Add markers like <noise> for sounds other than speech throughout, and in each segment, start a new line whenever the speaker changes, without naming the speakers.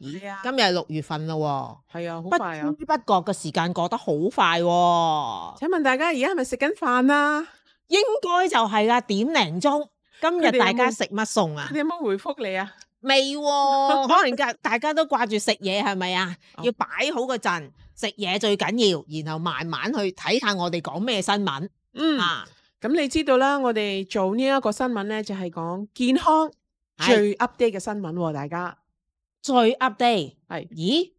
系啊，
今日係六月份啦喎，
系啊，好
不
快啊
知！不覺嘅時間過得好快喎，
请问大家而家系咪食紧饭啊？
應該就係啦，點零鐘。今
佢
日
哋有
大家
冇
食乜餸啊
佢？哋 <laughs> 有冇回复你啊？
未喎、
<laughs>
可能大大家都掛住食嘢係咪啊？
哦
要擺好個陣，食嘢最緊要，然後慢慢去睇下我哋講咩新聞、
嗯，
啊。
咁你知道啦，我哋做呢一个新闻咧，就系讲健康
係
最 update 嘅新闻喎，大家
最 update
係
咦？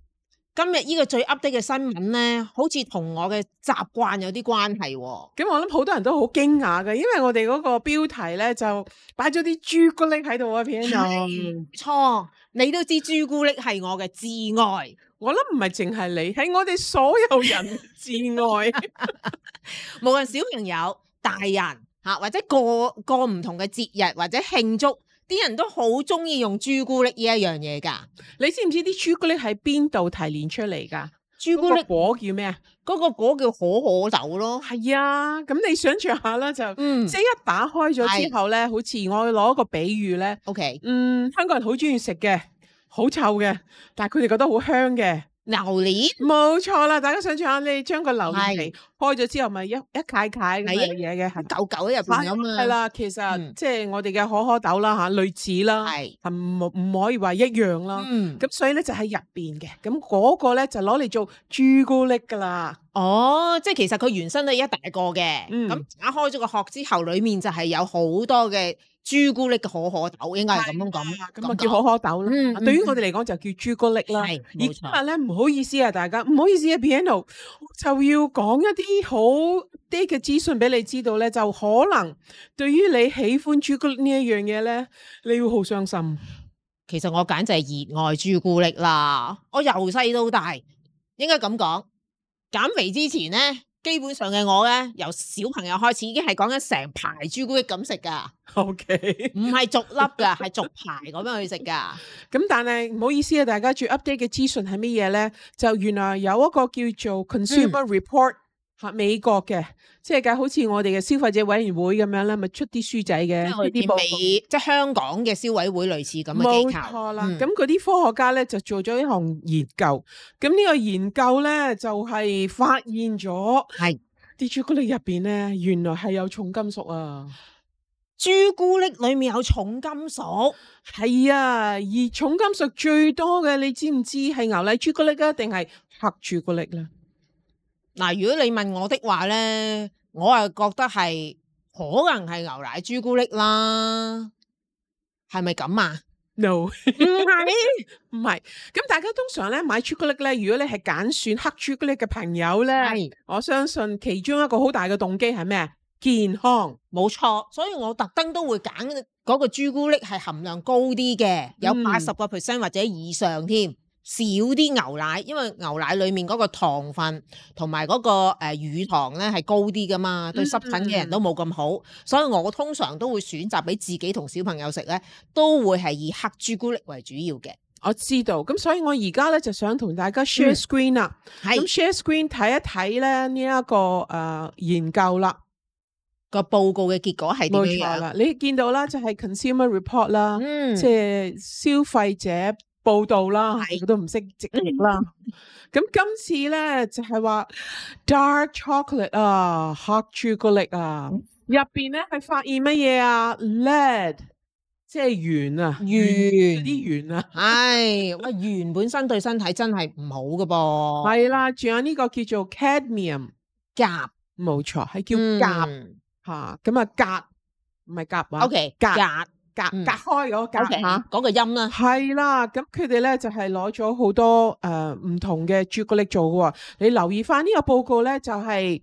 今日呢個最 update 嘅新聞咧，好似同我嘅習慣有啲關係喎、
咁我諗好多人都好驚訝嘅，因為我哋嗰個標題咧就擺咗啲朱古力喺度啊片 <laughs> 度。
係錯，你都知朱古力係我嘅至愛。
我諗唔係淨係你，係我哋所有人至 <laughs> 愛。
無論小朋友、大人吓，或者過過唔同嘅節日或者慶祝，啲人都好中意用朱古力呢一樣嘢㗎。
你知唔知啲朱古力喺邊度提煉出嚟㗎？
朱
朱
古力
果叫咩啊？
嗰個果叫可可豆咯。
係啊，咁你想象下啦，就
嗯
即係一打開咗之後咧，好似我攞一個比喻咧，
，OK，
嗯，香港人好中意食嘅，好臭嘅，但係佢哋覺得好香嘅。
榴蓮
冇錯啦，大家想象下，你將個榴蓮
係
皮開咗之後，咪一一塊塊咁
係
嘅
啊
嘢嘅，係咪
嚿嚿喺入邊咁啊，
系，啦，其實
嗯
即係我哋嘅可可豆啦吓，類似啦，
係，
係唔唔可以話一樣啦。
嗯，
咁所以咧就喺入边嘅，咁嗰個咧就攞嚟做朱古力噶啦。
哦，即係其實佢原生都係一大個嘅，咁、
嗯
打開咗個殼之後，裡面就係有好多嘅朱古力嘅可可豆，應該係咁樣講，
咁啊
咁
叫可可豆啦。
嗯
啊
嗯
對於我哋嚟講就叫朱古力啦。
係
而
冇
今
錯，
日咧唔好意思啊，大家唔好意思啊，Piano 我就要講一啲好啲嘅資訊俾你知道咧，就可能對於你喜歡朱古力呢一樣嘢咧，你會好傷
<laughs>
心。
其實我簡直係熱愛朱古力啦，我由細到大應該咁講，減肥之前咧，基本上嘅我咧，由小朋友開始已經係講緊成排朱古力咁食㗎。
O K。
唔係逐粒㗎，係逐排咁樣去食 <laughs> 㗎。
咁但係唔好意思啊，大家最 update 嘅資訊係乜嘢咧？就原來有一個叫
嗯
做 Consumer Report 嚇、美國嘅，即係好似我哋嘅消費者委員會咁樣咧，咪出啲書仔嘅，
即係
出
我哋
啲
啲
報
美，即係香港嘅消委會類似咁嘅
冇
機構。
錯啦，
嗯
咁嗰啲科學家咧就做咗一項研究，咁呢個研究咧就係、發現咗
係
啲朱古力入邊咧原來係有重金屬啊！
朱古力裡面有重金屬，
係啊，而重金屬最多嘅，你知唔知係牛奶朱古力啊，定係黑朱古力咧？
嗱，如果你問我的話咧，我係覺得係可能係牛奶朱古力啦，係咪咁啊？
No，唔
唔係，
係。咁大家通常咧買朱古力咧，如果你係揀選黑朱古力嘅朋友咧，
係
我相信其中一個好大嘅動機係咩？啊健康。
冇錯，所以我特登都會揀嗰個朱古力係含量高啲嘅，有
嗯
八十個 percent 或者以上添。少啲牛奶，因為牛奶裡面嗰個糖分同埋嗰個誒乳糖咧係高啲噶嘛，
嗯
對濕疹嘅人都冇咁好，所以我通常都會選擇俾自己同小朋友食咧，都會係以黑朱古力為主要嘅。
我知道，咁所以我而家咧就想同大家 share
嗯
screen 啦。咁、
係
share screen 睇一睇咧呢一個呃研究啦，
個報告嘅結果係
冇
點
錯
樣樣？
啦。你見到啦，就係 consumer report 啦，
嗯，
即係消費者報道啦，
係嗯
我都唔識直譯啦。咁今次咧就係話 dark chocolate 啊，黑朱古力啊，
嗯
入邊咧係發現乜嘢啊？lead 即係鉛啊，嗰
鉛
啲鉛啊。
係喂鉛本身對身體真係唔好噶噃，
系啦，仲有呢個叫做 cadmium，
鉀
冇錯，係叫鉀
嗯
吓，咁啊鉀唔係鉀啊
O K，
隔
隔
鉀
嗯
隔開嗰個
O K
鉀吓，
嗰個音啦，
係啦，咁佢哋咧就係攞咗好多诶唔同嘅朱古力做嘅喎，你留意翻呢個報告咧就係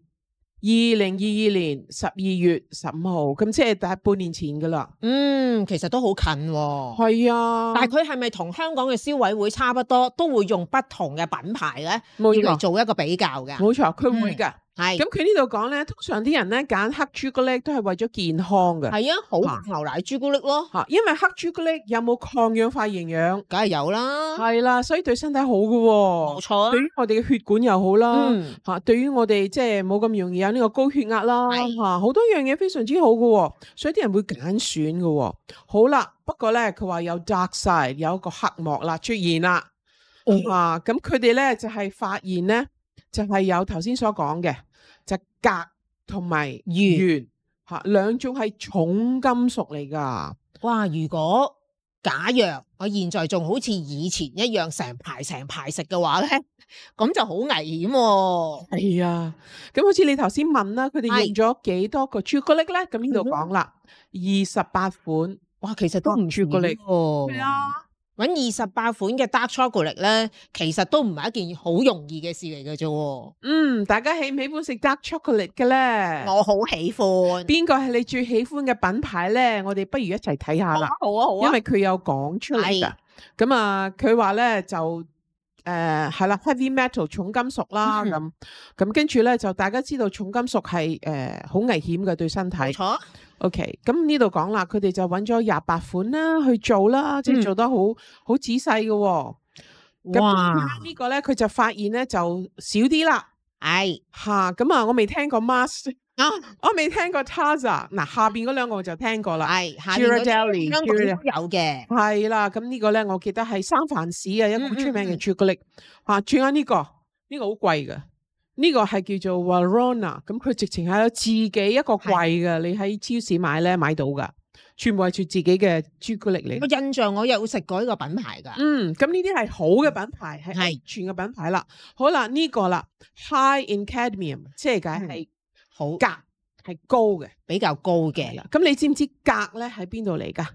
二零二二年十二月十五號，咁即係大半年前噶啦，
嗯，其實都好近喎。
係啊，
但係佢係咪同香港嘅消委會差不多，都會用不同嘅品牌咧
冇
要嚟
錯
做一個比較㗎？
冇錯，佢會
嗯
㗎。
係
咁佢呢度講咧，通常啲人咧揀黑朱古力都係為咗健康嘅。
係啊，好牛奶朱古力咯，
吓，因為黑朱古力有冇抗氧化營養？
梗係有啦，
係啦，所以對身體好嘅喎、
啊冇錯啊
對。於我哋嘅血管又好啦，
嗯，
吓、對於我哋即係冇咁容易有呢個高血壓啦，
係
吓好多樣嘢非常之好嘅喎、所以啲人會揀選嘅喎、好啦，不過咧佢話有 dark side，有一個黑幕啦出現啦，
嗯
啊，咁佢哋咧就係發現咧，就係有頭先所講嘅，就鎘同埋
嗯鉛
鉛吓兩種係重金屬嚟㗎。
哇！如果假若我現在仲好似以前一樣成排成排食嘅話咧， <laughs> 咁就好危險喎、
係啊，咁好似你頭先問啦，佢哋
係
用咗幾多個朱古力咧？咁呢
嗯
度講啦，二十八款。
哇，其實都
哇
唔
朱古力
喎。
係啊，
揾二十八款嘅 dark chocolate 咧，其實都唔係一件好容易嘅事嚟嘅啫喎。我
嗯，大家喜唔喜歡食 dark chocolate 嘅咧？
好喜歡。
邊個係你最喜歡嘅品牌咧？我哋不如一齊睇下
好啊
啦，，
好啊，好
因
啊。
為佢有講出嚟
係
噶。咁啊，佢話咧就誒係啦，heavy metal 重金屬啦
嗯
咁，咁跟住咧就大家知道重金屬係誒好危險嘅對身體
冇。錯，
OK，咁呢度講啦，佢哋就揾咗廿八款啦去做啦，即係
嗯
做得好好仔細嘅喎。
哇
咁！呢個咧佢就發現咧就少啲啦。
係
吓咁啊！我未聽過 mask，
啊，
我未聽過 Taza。嗱，下邊嗰兩個我就聽過啦。
係啊下面嗰
Gira
啲
Deli，
香港都有嘅。
係啦。咁呢個咧，我記得係三藩市嘅一個好出名
嗯嗯
嘅
嗯
朱古力。吓，仲有呢個，呢個好貴嘅，呢個係叫做 Warona。咁佢直情係有自己一個櫃嘅，你喺超市買咧買到噶，全部係佢自己嘅朱古力嚟
我
嘅。
印象我有食過呢個品牌㗎。
嗯，咁呢啲係好嘅品牌，係
係
全嘅品牌啦。好啦，呢個啦，High in cadmium，即係
嗯
解係
好
鎘係高嘅。
比較高嘅
係。啦咁你知唔知鎘咧喺邊度嚟噶？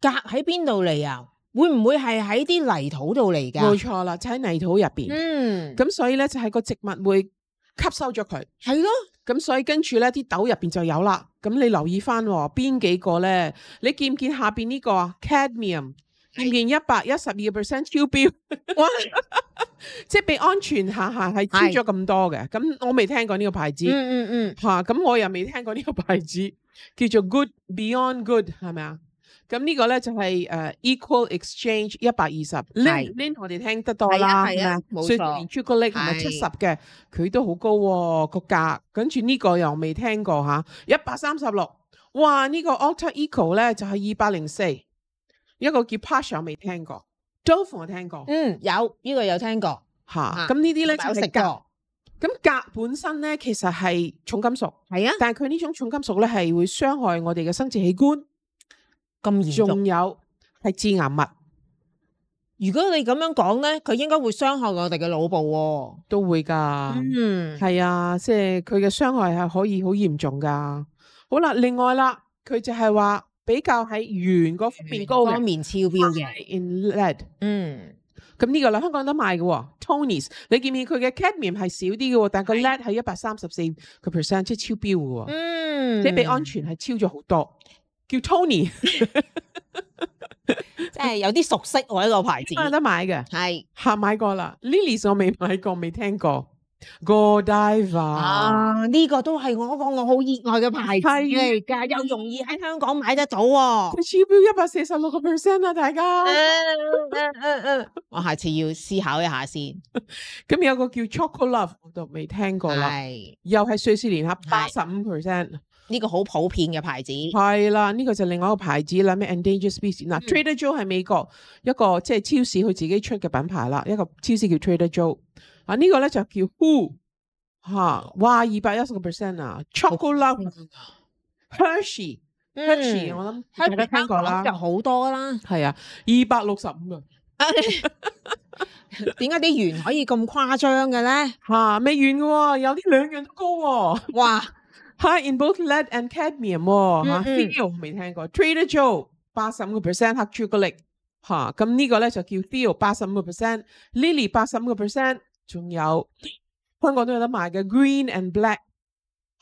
隔喺邊度嚟啊？會唔會係喺啲泥土度嚟
冇
㗎？
錯啦，就喺泥土入邊。
嗯，
咁、所以咧就係、個植物會吸收咗佢。
係咯，
咁所以跟住咧啲豆入邊就有啦。咁你留意翻喎，邊幾個咧？你見唔見下邊呢個啊 cadmium？見唔見一百一十二 percent 超標？
哇，
即係被安全下下係超
係
咗咁多嘅。咁我未聽過呢個牌子
嗯嗯嗯，
嚇，咁、我又未聽過呢個牌子叫做 Good Beyond Good 係咪啊？咁呢個咧就係、誒 Equal Exchange 一百二十 Lin Lin 我哋聽得多
係
啦，
啊係啊
係咪
冇
所以
錯
連朱古力係咪
係
七十嘅？佢都好高喎、個價，跟住呢個又未聽過吓，一百三十六，哇！呢、個 Ultra Eco 咧就係二百零四，一個叫 Pasha 我未聽過 d o v e 我聽過
嗯有呢個有聽過，
吓，
啊
咁呢啲咧就係
同埋有食
鎘，
過，
咁鎘本身咧其實係重金屬。
係啊，
但係佢呢種重金屬咧係會傷害我哋嘅生殖器官，
咁嚴重。
仲有係致癌物
如果你咁樣講咧，佢應該會傷害我哋嘅腦部
都會
喎。
㗎。
嗯，
係、啊，即係佢嘅傷害係可以好嚴重㗎。好啦，另外啦，佢就係話比較喺鉛嗰方面高
方
嘅
面超標嘅。
in lead。
嗯，
咁呢個啦，香港有得賣嘅喎，Tony's。你見唔見佢嘅 cadmium 係少啲嘅喎，但係個 lead 係一百三十四個 percent，即係超標嘅喎。
嗯，
即係比安，全係超咗好多，叫
<laughs>
Tony
即係有啲熟悉喎呢個牌子
都。有得買嘅。
<laughs> 係
吓買過啦，Lily 我未買過，未聽過。Godiva
啊，呢個都係我一個我好熱愛嘅牌子
係
嚟㗎，又容易喺香港買得到
佢。
喎
超標一百四十六個 percent 啊，大 <laughs>
嗯
家。
我下次要思考一下先。
咁有個叫 Chocolate Love 我就未聽過啦，
係
又係瑞士蓮盒八
係
十五 percent，
呢個好普遍嘅牌子，
係啦，呢個就另外一個牌子啦，咩 Endangered Species 嗱
嗯
，Trader Joe 係美國一個即係超市佢自己出嘅品牌啦，一個超市叫 Trader Joe 啊，呢個咧就叫 Who 吓，哇二百一十個 percent 啊，Chocolate Love Hershey。Hershey，我
嗯
諗大家聽過啦
啊香港就，好多
<laughs>
啦。
係啊，二百六十五啊個
點解啲源可以咁誇張嘅咧？
嚇未完嘅喎，有啲兩樣都高喎、
哇，
<laughs> High in both lead and cadmium 喎、嚇
嗯嗯
Theo 未聽過，Trader Joe 八十五個 percent 黑朱古力嚇，咁、呢個咧就叫 Theo 八十五個 percent，Lily 八十五個 percent，仲有香港都有得賣嘅 Green and Black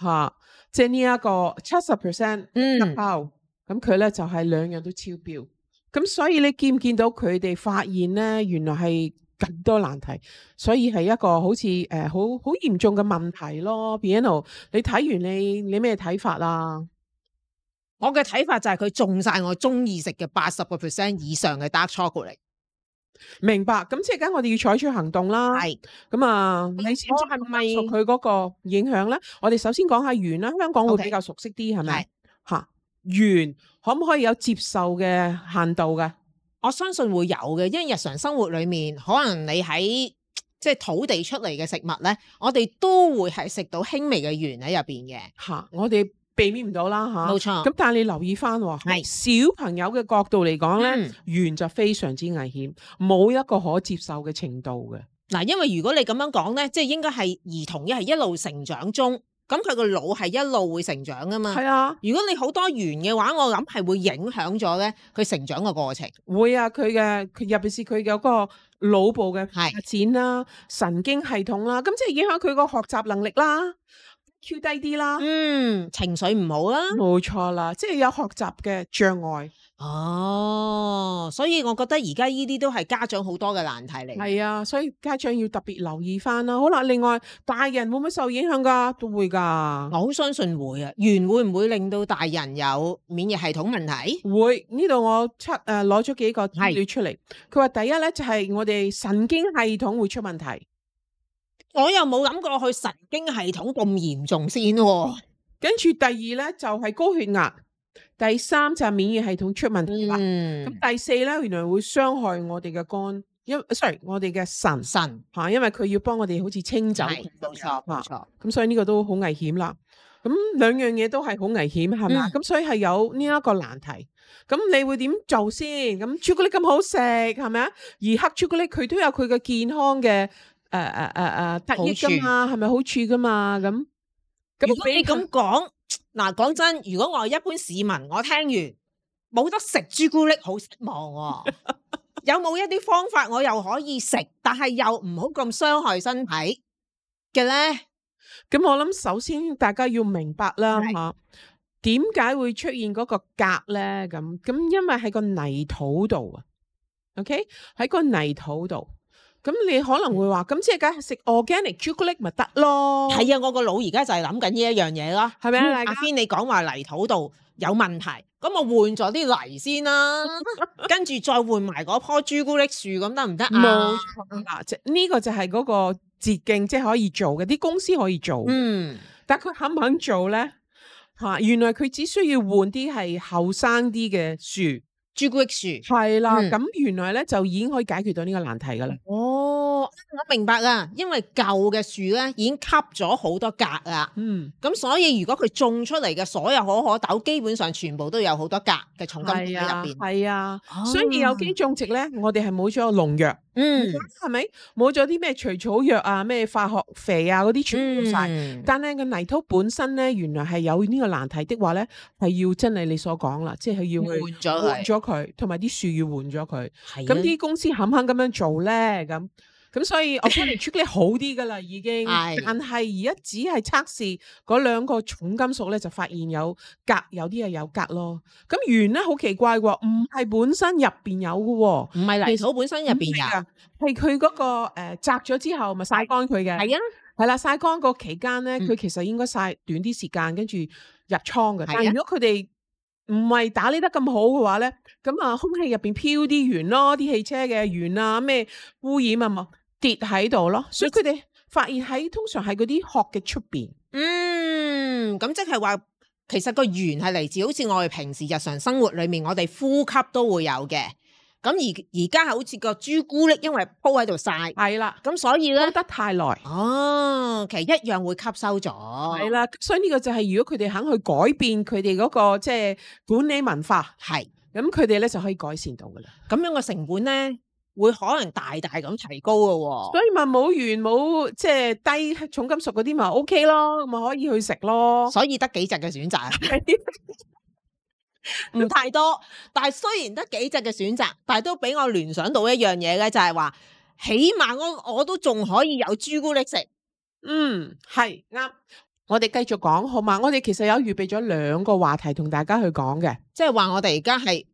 嚇、即係呢一個七十 percent。
嗯，
包，咁佢咧就係兩樣都超標，咁所以你見唔見到佢哋發現咧，原來係更多難題，所以係一個好似誒、呃好好嚴重嘅問題咯。Piano，你睇完你你咩睇法啊？
我嘅睇法就係佢中晒我中意食嘅八十個 percent 以上嘅 dark chocolate。
明白，咁即係而家我哋要採取行動啦。
係
咁啊，你
我
先
係咪
受佢嗰個影響咧？我哋首先講下鉛啦，香港會
OK
比較熟悉啲，係咪
係？
嚇鉛可唔可以有接受嘅限度嘅？
我相信會有嘅，因為日常生活裏面，可能你喺即係土地出嚟嘅食物咧，我哋都會係食到輕微嘅鉛喺入邊嘅。
吓，我哋避免唔到啦吓。
冇錯
咁啊但係你留意翻，小朋友嘅角度嚟講咧，
嗯
鉛就非常之危險，冇一個可接受嘅程度嘅。
嗱，因為如果你咁樣講咧，即係應該係兒童一係一路成長中，咁佢個腦係一路會成長噶嘛。
係啊，
如果你好多鉛嘅話，我諗係會影響咗咧佢成長嘅過程。
會啊，佢嘅佢入邊是佢嘅嗰個腦部嘅發
係
展啦、神經系統啦，咁即係影響佢個學習能力啦，Q 低啲啦，
嗯，情緒唔好啦。
冇錯啦，即係有學習嘅障礙。
哦，所以我覺得而家呢啲都係家長好多嘅難題嚟。
係啊，所以家長要特別留意翻啦。好啦，另外大人會唔會受影響㗎？都會㗎。
我好相信會啊，鉛會唔會令到大人有免疫系統問題？
會呢度我出誒攞咗幾個資料出嚟，佢話第一咧就係、我哋神經系統會出問題，
我又冇諗過佢神經系統咁嚴重先喎、
跟住第二咧就係、高血壓，第三就係免疫系統出問題啦。
嗯，
咁第四咧，原來會傷害我哋嘅肝，因 sorry 我哋嘅腎
神
嚇，因為佢要幫我哋好似清走
係冇錯冇錯，
咁所以呢個都好危險啦。咁兩樣嘢都係好危險，係嘛？
嗯
咁、所以係有呢一個難題。咁你會點做先？咁朱古力咁好食，係咪啊？而黑朱古力佢都有佢嘅健康嘅誒誒誒誒得益㗎嘛，係咪好處㗎嘛？咁
如果
俾
你咁講，嗱講真，如果我係一般市民，我聽完冇得食朱古力，好失望喎、有冇一啲方法我又可以食，但係又唔好咁傷害身體嘅咧？
咁我諗首先大家要明白啦
係
嚇，點解會出現嗰個格咧？咁咁因為喺個泥土度啊，OK 喺個泥土度。咁你可能會話，咁即係梗係食 organic 朱古力咪得咯？
嗯係啊，我個腦而家就係諗緊呢一樣嘢啦。
係咪啊
嗯
大家
阿軒你講話泥土度有問題，咁我換咗啲泥先 <laughs> 啦，跟住再換埋嗰棵朱古力樹，咁得唔得
冇
啊？
錯啦，即呢個就係嗰個捷徑，即係可以做嘅，啲公司可以做，
嗯，
但佢肯唔肯做咧？嚇、原來佢只需要換啲係後生啲嘅樹，
朱古力樹。
係啦，
嗯
咁、原來咧就已經可以解決到呢個難題㗎啦。
哦，我明白啦，因為舊嘅樹咧已經吸咗好多格啦，
嗯。
咁所以如果佢種出嚟嘅所有可可豆，基本上全部都有好多格嘅重金屬
係啊，
喺入邊。
係啊，所以有機
哦
種植咧，我哋係冇咗農藥，
嗯
係咪？冇咗啲咩除草藥啊、咩化學肥啊嗰啲全部冇晒。
嗯
但係個泥土本身咧，原來係有呢個難題的話咧，係要真係你所講啦，即係要
換
去換
咗
咗佢，同埋啲樹要換咗佢。
佢，
咁啲公司肯唔肯咁樣做咧？咁咁所以我覺
<laughs>
得朱古力好啲噶啦，已經。
係
但係而家只係測試嗰兩個重金屬咧，就發現有鎘，有啲係有鎘咯。咁鉛咧好奇怪喎，唔係本身入邊有嘅喎，
唔係泥土本身入邊啊
唔係
有，
㗎，係佢嗰個誒摘咗之後咪曬乾佢嘅。
係啊。
係啦，曬乾個期間咧，
嗯
佢其實應該曬短啲時間，跟住入倉嘅。
係啊
但係如果佢哋唔係打理得咁好嘅話咧，咁啊空氣入邊飄啲鉛咯，啲汽車嘅鉛啊，咩污染啊，咪跌喺度咯。
嗯
所以佢哋發現喺通常喺嗰啲殼嘅出邊。
嗯，咁即係話，其實個源係嚟自好似我哋平時日常生活裏面，我哋呼吸都會有嘅。咁而而家好似個朱古力，因為鋪喺度晒，
係啦，
咁所以
踎
咧，
得太耐。
哦，其實一樣會吸收咗。
係啦，所以呢個就係如果佢哋肯去改變佢哋嗰個即係管理文化，
係，
咁佢哋咧就可以改善到噶啦。
咁樣個成本咧，會可能大大咁提高嘅喎。
所以咪冇鉛冇即係低重金屬嗰啲咪 O K 咯，咪可以去食咯。
所以得幾隻嘅選擇，唔太多。但係雖然得幾隻嘅選擇，但係都俾我聯想到一樣嘢咧，就係話，起碼我我都仲可以有朱古力食。
<laughs> 嗯，係啱。我哋繼續講好嘛？我哋其實有預備咗兩個話題同大家去講嘅，
即係話我哋而家係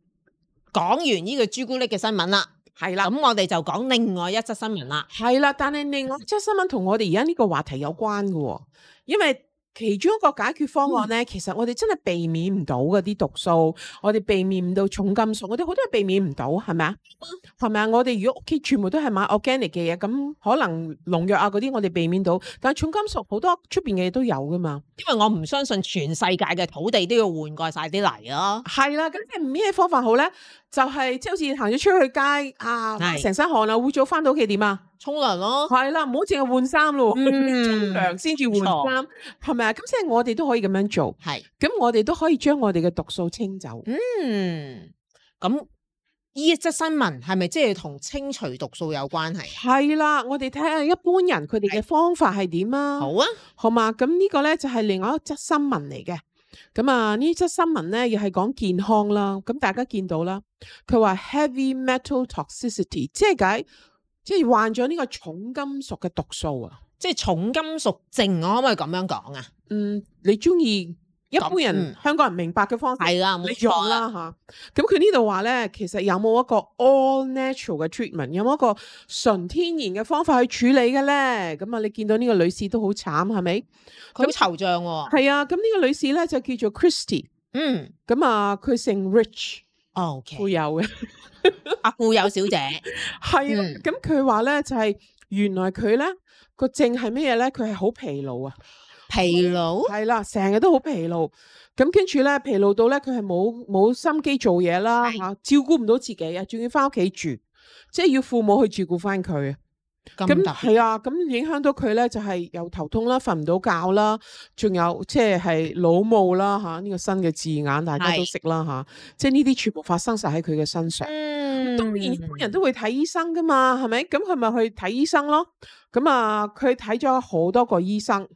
講完呢個朱古力嘅新聞啦，
係啦，
咁我哋就講另外一則新聞啦。
係啦。但係另外一則新聞同我哋而家呢個話題有關嘅喎，因為其中一個解決方案咧，其實我哋真係避免唔到嗰啲毒素，我哋避免唔到重金屬，我哋好多嘢避免唔到，係咪啊？係咪啊？我哋如果屋企全部都係買 organic 嘅嘢，咁可能農藥啊嗰啲我哋避免到，但係重金屬好多出邊嘅嘢都有噶嘛。
因為我唔相信全世界嘅土地都要換過晒啲泥咯。
係啦，咁即係咩方法好咧？就係即係好似行咗出去街啊，
係哦
成身汗啊，污糟，翻到屋企點啊？
沖涼 <laughs> 咯，
係啦，唔好淨係換衫咯，沖
嗯，
涼先至換
錯
衫，係咪啊？咁即係我哋都可以咁樣做，
係，
咁我哋都可以將我哋嘅毒素清走。
嗯，咁呢一則新聞係咪即係同清除毒素有啊關係？
係啦，我哋睇下一般人佢哋嘅方法係點啊？
好啊，
好嘛，咁呢個咧就係另外一則新聞嚟嘅。咁啊，呢則新聞咧又係講健康啦。咁大家見到啦，佢話 heavy metal toxicity，即係解即係患咗呢個重金屬嘅毒素啊。
即係重金屬症，我可唔可以咁樣講啊？
嗯，你中意一般人、
嗯
香港人明白嘅方法，
係啦，冇
你用
錯啦，
啦吓。咁佢呢度話咧，其實有冇一個 all natural 嘅 treatment，有冇一個純天然嘅方法去處理嘅咧？咁啊，你見到呢個女士都好慘，係咪？
佢好惆悵喎，
係啊，咁呢個女士咧就叫做 Christy，
嗯
咁啊佢姓 Rich，
，OK，
富有嘅，
阿富有小姐， <laughs>
係啦
嗯
咁佢話咧就係、原來佢咧個症係咩嘢咧？佢係好疲勞啊，
疲勞，
係啦，成日都好疲勞，咁跟住咧疲勞到咧佢係冇冇心機做嘢啦
係
嚇，照顧唔到自己啊，仲要翻屋企住，即係要父母去照顧翻佢啊。
咁
咁
特別
係啊，咁影響到佢咧就係、又頭痛啦，瞓唔到覺啦，仲有即係係腦霧啦嚇，呢、個新嘅字眼大家都
係
識啦嚇，即係呢啲全部發生晒喺佢嘅身上。
嗯，
當然，一般人都會睇醫生噶嘛，係咪？咁佢咪去睇醫生咯。咁啊，佢睇咗好多個醫生。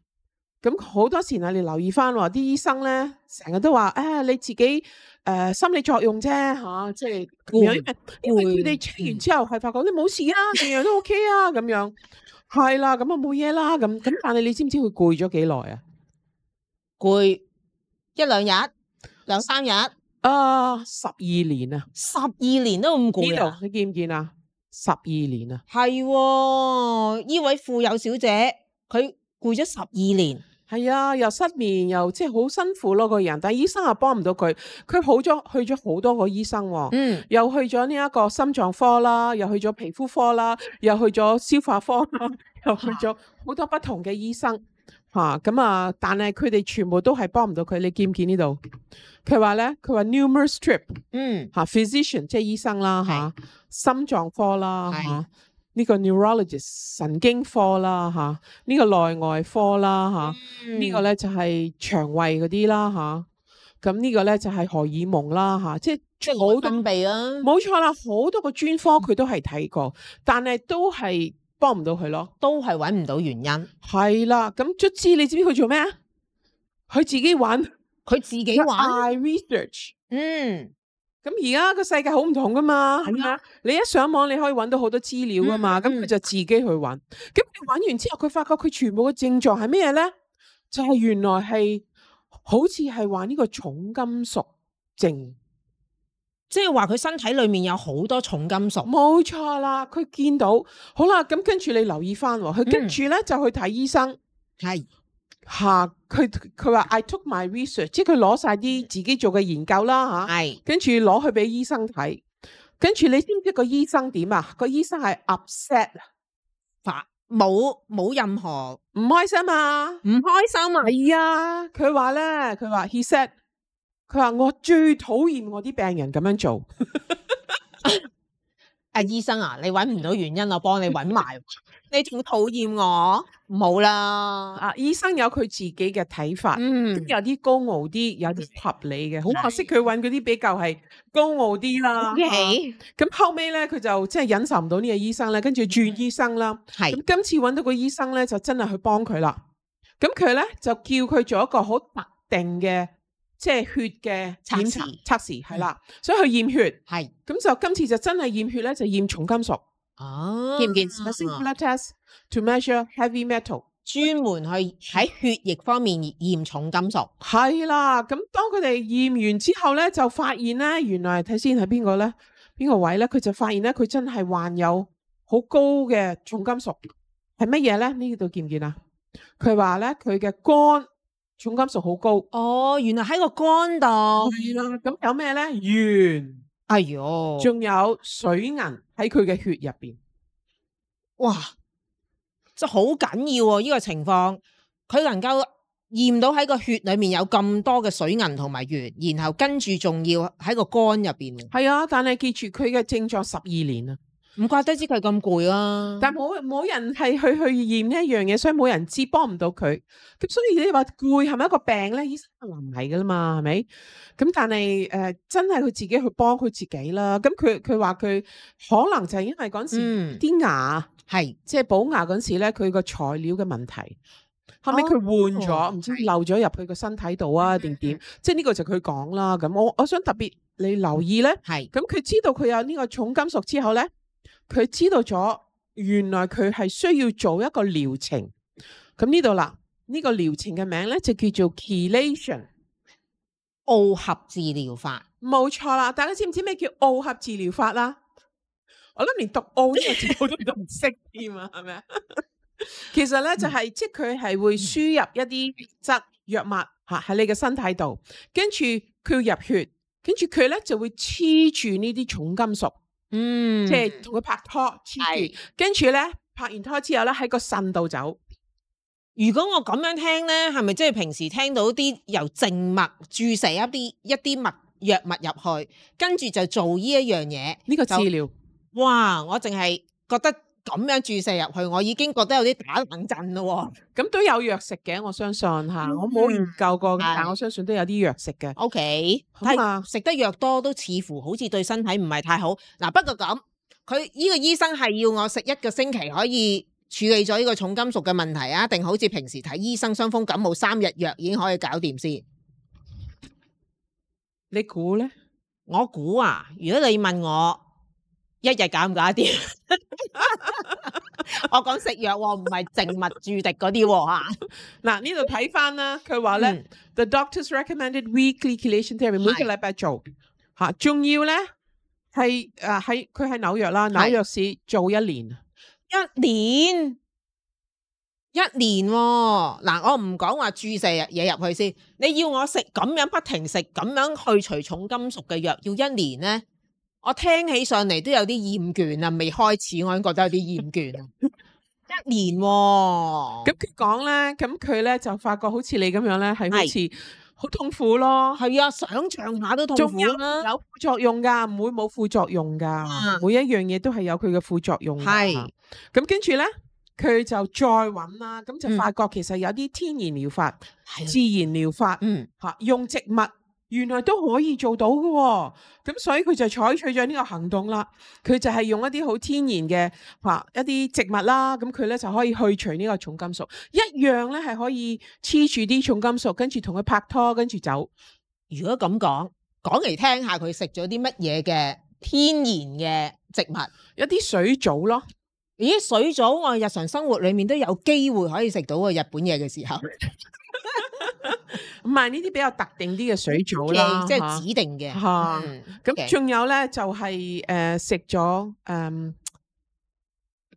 咁好多時啊，你留意翻喎，啲醫生咧成日都話：，誒、啊你自己誒、呃心理作用啫嚇、即係咁樣因為因為佢哋 check
嗯
完之後係發覺你冇事啊，樣樣都 OK 啊，咁樣係啦，咁啊冇嘢啦，咁咁但係你知唔知佢攰咗幾耐啊？
攰一兩日、兩三日，
啊，十二年啊！
十二年都咁
呢
攰啊！
度你見唔見啊？十二年啊！
係喎，呢位富有小姐佢攰咗十二年，
係啊，又失眠，又即係好辛苦咯個人，但係醫生又幫唔到佢，佢好咗去咗好多個醫生喎、
嗯，
又去咗呢一個心臟科啦，又去咗皮膚科啦，又去咗消化科啦，
嗯
<laughs> 又去咗好多不同嘅醫生嚇咁啊！但係佢哋全部都係幫唔到佢，你見唔見呢度？佢話咧，佢話 numerous trip
嗯，
嚇、physician 即係醫生啦嚇、
係
心臟科啦嚇。
係
呢個 neurologist 神經科啦嚇，呢、個內外科啦嚇，呢個
咧
咧就係腸胃嗰啲啦吓，咁呢個咧就係荷爾蒙啦吓，即係
即係
好
我
多
心鼻啦，
冇錯啦，好多個專科
嗯
佢都係睇過，但係都係幫唔到佢咯。
都係揾唔到原因，佢
係啦，咁卒之你知唔知佢做咩啊？佢自己玩
自己玩，
i research。
嗯，
咁而家個世界好唔同噶嘛，係咪啊？你一上網你可以揾到好多資料噶嘛，
嗯
咁佢、
嗯
就自己去揾。咁佢揾完之後，佢發覺佢全部嘅症狀係咩咧？就係、原來係好似係患呢個重金屬症，
即係話佢身體裏面有好多重金屬，
冇錯啦。佢見到好啦，咁跟住你留意翻喎，佢跟
嗯
住咧就去睇醫生。
係
吓，佢佢話 I took my research，即係佢攞晒
嗯
啲自己做嘅研究啦吓。
係
跟住攞去俾醫生睇，跟住你知唔知個醫生點啊？個醫生係 upset，啊
發冇冇任何
唔開心啊！
唔開心啊，
係啊，佢話咧，佢話 he said，佢話我最討厭我啲病人咁樣做，
啊醫生啊，你揾唔到原因，我幫你揾 <laughs> 埋，你仲討厭我，冇啦，
啊，醫生有佢自己嘅睇法。
嗯。
有啲高傲啲，有啲合理嘅，好可惜佢揾嗰啲比較係高傲啲啦。啊
係
咁後尾咧，佢就即係忍受唔到呢個醫生咧，跟住轉醫生啦。
係
咁今次揾到個醫生咧，就真係去幫佢啦。咁佢咧就叫佢做一個好特定嘅，即係血嘅
測
檢查
試嗯
測試係啦。所以佢驗血，
係
咁就今次就真係驗血咧，就驗重金屬。
哦，
見唔見 s p e c i blood test to measure heavy metal。
專門去喺血液方面驗重金屬，
係啦，咁當佢哋驗完之後咧，就發現咧，原來睇先係邊個咧？邊個位咧？佢就發現咧，佢真係患有好高嘅重金屬，係乜嘢咧？呢度見唔見啊？佢話咧，佢嘅肝重金屬好高。
哦，原來喺個肝度，
係啦，咁有咩咧？鉛，
嗯哎呦，
仲有水銀喺佢嘅血入邊。
哇，即係好緊要喎、呢、個情況，佢能夠驗到喺個血裏面有咁多嘅水銀同埋鉛，然後跟住仲要喺個肝入邊，
系啊，但係記住佢嘅症狀十二年啊，
唔怪得知佢咁攰啦。
但冇冇人係去去驗呢一樣嘢，所以冇人知，幫唔到佢。咁所以你話攰係咪一個病咧？醫生話唔係噶啦嘛，係咪？咁但係誒、呃真係佢自己去幫佢自己啦。咁佢佢話佢可能就係因為嗰陣時
嗯，
啲牙。
係
即係補牙嗰陣時咧，佢個材料嘅問題，後尾佢換咗，
哦嗯
唔、知漏咗入佢個身體度啊定點？即係呢個就佢講啦。咁我我想特別你
嗯
留意咧，
係
咁佢知道佢有呢個重金屬之後咧，佢知道咗原來佢係需要做一個療程。咁呢度啦，呢、個療程嘅名咧就叫做 chelation。
奧合治療法。
冇錯啦，大家知唔知咩叫奧合治療法啦？我諗連讀奧呢個字我都唔識添啊，係咪啊？其實咧就係、即係佢係會輸入一啲質藥物嚇喺你嘅身體度，跟住佢要入血，跟住佢咧就會黐住呢啲重金屬，
嗯，
即係同佢拍拖黐住，
係。
跟住咧拍完拖之後咧喺個腎度走。
如果我咁樣聽咧，係咪即係平時聽到啲由靜脈注射一啲一啲物藥物入去，跟住就做呢一樣嘢？
呢、個治
就
療
哇！我淨係覺得咁樣注射入去，我已經覺得有啲打冷震咯喎。
咁都有藥食嘅，我相信嚇，我冇研究過，
嗯係啊
但我相信都有啲藥食嘅。
O K，
好
但
嘛
係食得藥多都似乎好似對身體唔係太好。嗱，不過咁，佢呢個醫生係要我食一個星期可以處理咗呢個重金屬嘅問題啊？定好似平時睇醫生傷風感冒三日藥已經可以搞掂先？
你估咧？
我估啊，如果你問我一日搞唔搞得掂，我講食藥喎，唔係靜脈注滴嗰啲喎嚇。
嗱，呢度睇翻啦，佢話咧
嗯
，the doctors recommended weekly chelation therapy，每個禮拜做嚇，仲要咧係誒喺佢喺紐約啦，紐約市做一年，
一年一年喎、嗱，我唔講話注射嘢入去先，你要我食咁樣不停食咁樣去除重金屬嘅藥，要一年呢？我聽起上嚟都有啲厭倦啊，未開始我已經覺得有啲厭倦啊，一年喎、
咁佢講咧，咁佢咧就發覺好似你咁樣咧，係好
係
似好痛苦咯，
係啊，想象下都痛
仲
苦
有
啦，
有副作用㗎，唔會冇副作用㗎
啊，
每一樣嘢都係有佢嘅副作用㗎。
係
咁跟住咧，佢就再揾啦，咁就
嗯
發覺其實有啲天然療法、自
係啊
然療法。
嗯
嚇、用植物原來都可以做到嘅喎、咁所以佢就採取咗呢個行動啦。佢就係用一啲好天然嘅嚇、一啲植物啦，咁佢咧就可以去除呢個重金屬，一樣咧係可以黐住啲重金屬，跟住同佢拍拖，跟住走。
如果咁講，講嚟聽下佢食咗啲乜嘢嘅天然嘅植物。
一啲水藻咯，
咦，水藻我日常生活裏面都有機會可以食到嘅日本嘢嘅時候，
唔係呢啲比較特定啲嘅水藻啦，
即
嚇
係指定嘅。
嚇
嗯
咁
OK
仲有咧就係誒食咗誒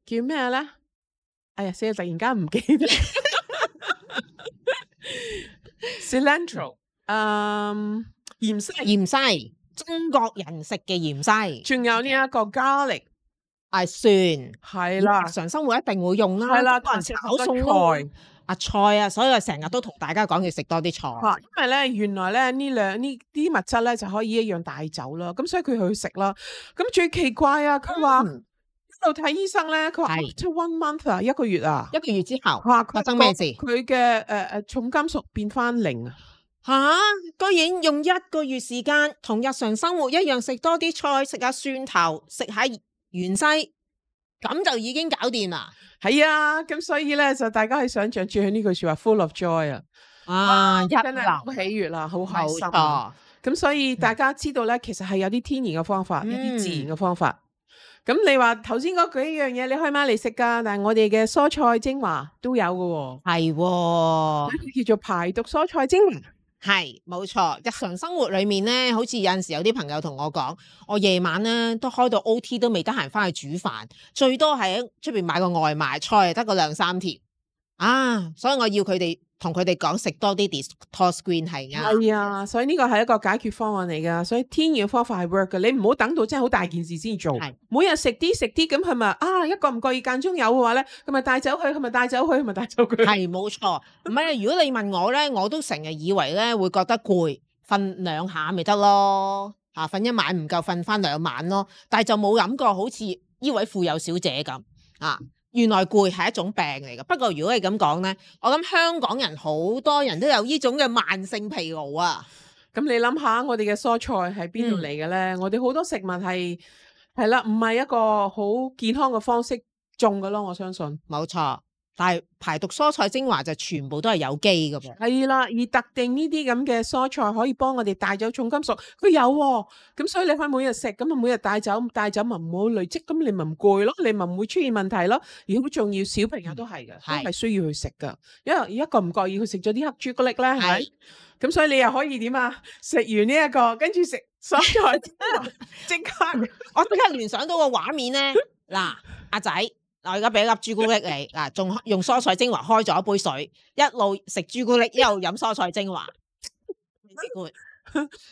叫咩咧？哎呀，死啦！突然間唔記得。cilantro，嗯，芫荽，
芫荽，中國人食嘅芫荽，
仲有呢一個 garlic，
啊蒜，日
係啦，
常生活一定會用啦。
係啦，
中國人食
同埋
口
好多
餸咯
菜。
啊菜啊，所以我成日都同大家講要食多啲菜。
嚇，因為咧原來咧呢兩呢啲物質咧就可以一樣帶走啦，咁所以佢去食啦。咁最奇怪啊，佢話
嗯
一路睇醫生咧，佢話
係
after one month 啊，一個月啊。
一個月之後
哇！佢
發生咩
覺
事
佢嘅誒誒重金屬變翻零啊！
吓，居然用一個月時間同日常生活一樣食多啲菜，食下蒜頭，食下芫荽，咁就已經搞掂啦。
係啊，咁所以咧就大家可以想象住佢呢句説話 full of joy 啊，
啊，一
真係好喜悅啦，好開心啊。
錯，
咁所以大家知道咧，其實係有啲天然嘅方法，
嗯
有啲自然嘅方法。咁你話頭先嗰幾樣嘢你可以買嚟食㗎，但係我哋嘅蔬菜精華都有嘅 <laughs>
係
喎，
喎，
佢 <laughs> 叫做排毒蔬菜精華。
係冇錯。日常生活裏面咧，好似有陣時有啲朋友同我講，我夜晚咧都開到 O T 都未得閒翻去煮飯，最多係喺出邊買個外賣，菜係得個兩三條啊，所以我要佢哋同佢哋講食多啲 detox green 係啱。
系啊，所以呢個係一個解決方案嚟噶，所以天然方法係 work 嘅，你唔好等到真係好大件事先做
係，
每日食啲食啲，咁佢咪啊一個唔覺意間中有嘅話咧，佢咪帶走佢，佢咪帶走佢，佢咪帶走 <laughs> 佢，
係冇錯，唔係如果你問我咧，我都成日以為咧會覺得攰，瞓兩下咪得咯，啊瞓一晚唔夠，瞓翻兩晚咯，但係就冇諗過好似呢位富有小姐咁啊。原來攰係一種病嚟嘅，不過如果你咁講咧，我諗香港人好多人都有呢種嘅慢性疲勞啊。
咁你諗下，我哋嘅蔬菜係邊
嗯
度嚟嘅咧？我哋好多食物係係啦，唔係一個好健康嘅方式種嘅咯，我相信
冇錯，但係排毒蔬菜精華就全部都係有機噶噃。
係啦。而特定呢啲咁嘅蔬菜可以幫我哋帶走重金屬，佢有喎、咁所以你可以每日食，咁啊每日帶走，帶走咪唔好累積，咁你咪唔攰咯，你咪唔會出現問題咯。如果仲要小朋友都係嘅，
係
都係需要去食噶，因為一個唔覺意佢食咗啲黑朱古力咧，係咪
係？
咁所以你又可以點啊？食完呢、一個，跟住食蔬 <laughs> 菜，即刻。
我即刻聯想到個畫面咧，嗱，阿仔，嗱，我而家俾一粒朱古力你，嗱，仲用蔬菜精華開咗一杯水，一路食朱古力，一路飲蔬菜精華。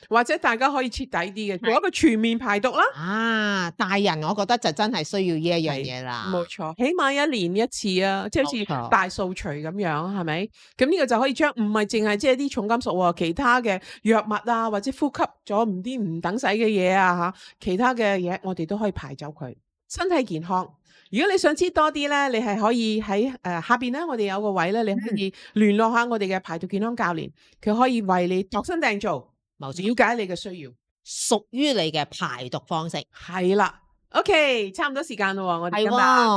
或者大家可以徹底啲嘅，做一個全面排毒啦。
啊，大人我覺得就真係需要呢一樣嘢啦。
冇錯，起碼一年一次啊，即
啊
係
冇
好
錯
似大掃除咁樣，係咪？咁呢個就可以將唔係淨係即係啲重金屬喎，其他嘅藥物啊，或者呼吸咗唔啲唔等使嘅嘢啊嚇，其他嘅嘢我哋都可以排走佢。身體健康，如果你想知多啲咧，你係可以喺誒、呃下邊咧，我哋有個位咧，你
嗯
可以聯絡下我哋嘅排毒健康教練，佢可以為你度身訂造，了
冇錯，
解你嘅需要。
屬於你嘅排毒方式
系啦，OK，差唔多時間咯喎，我哋
係
今日。啊
喎。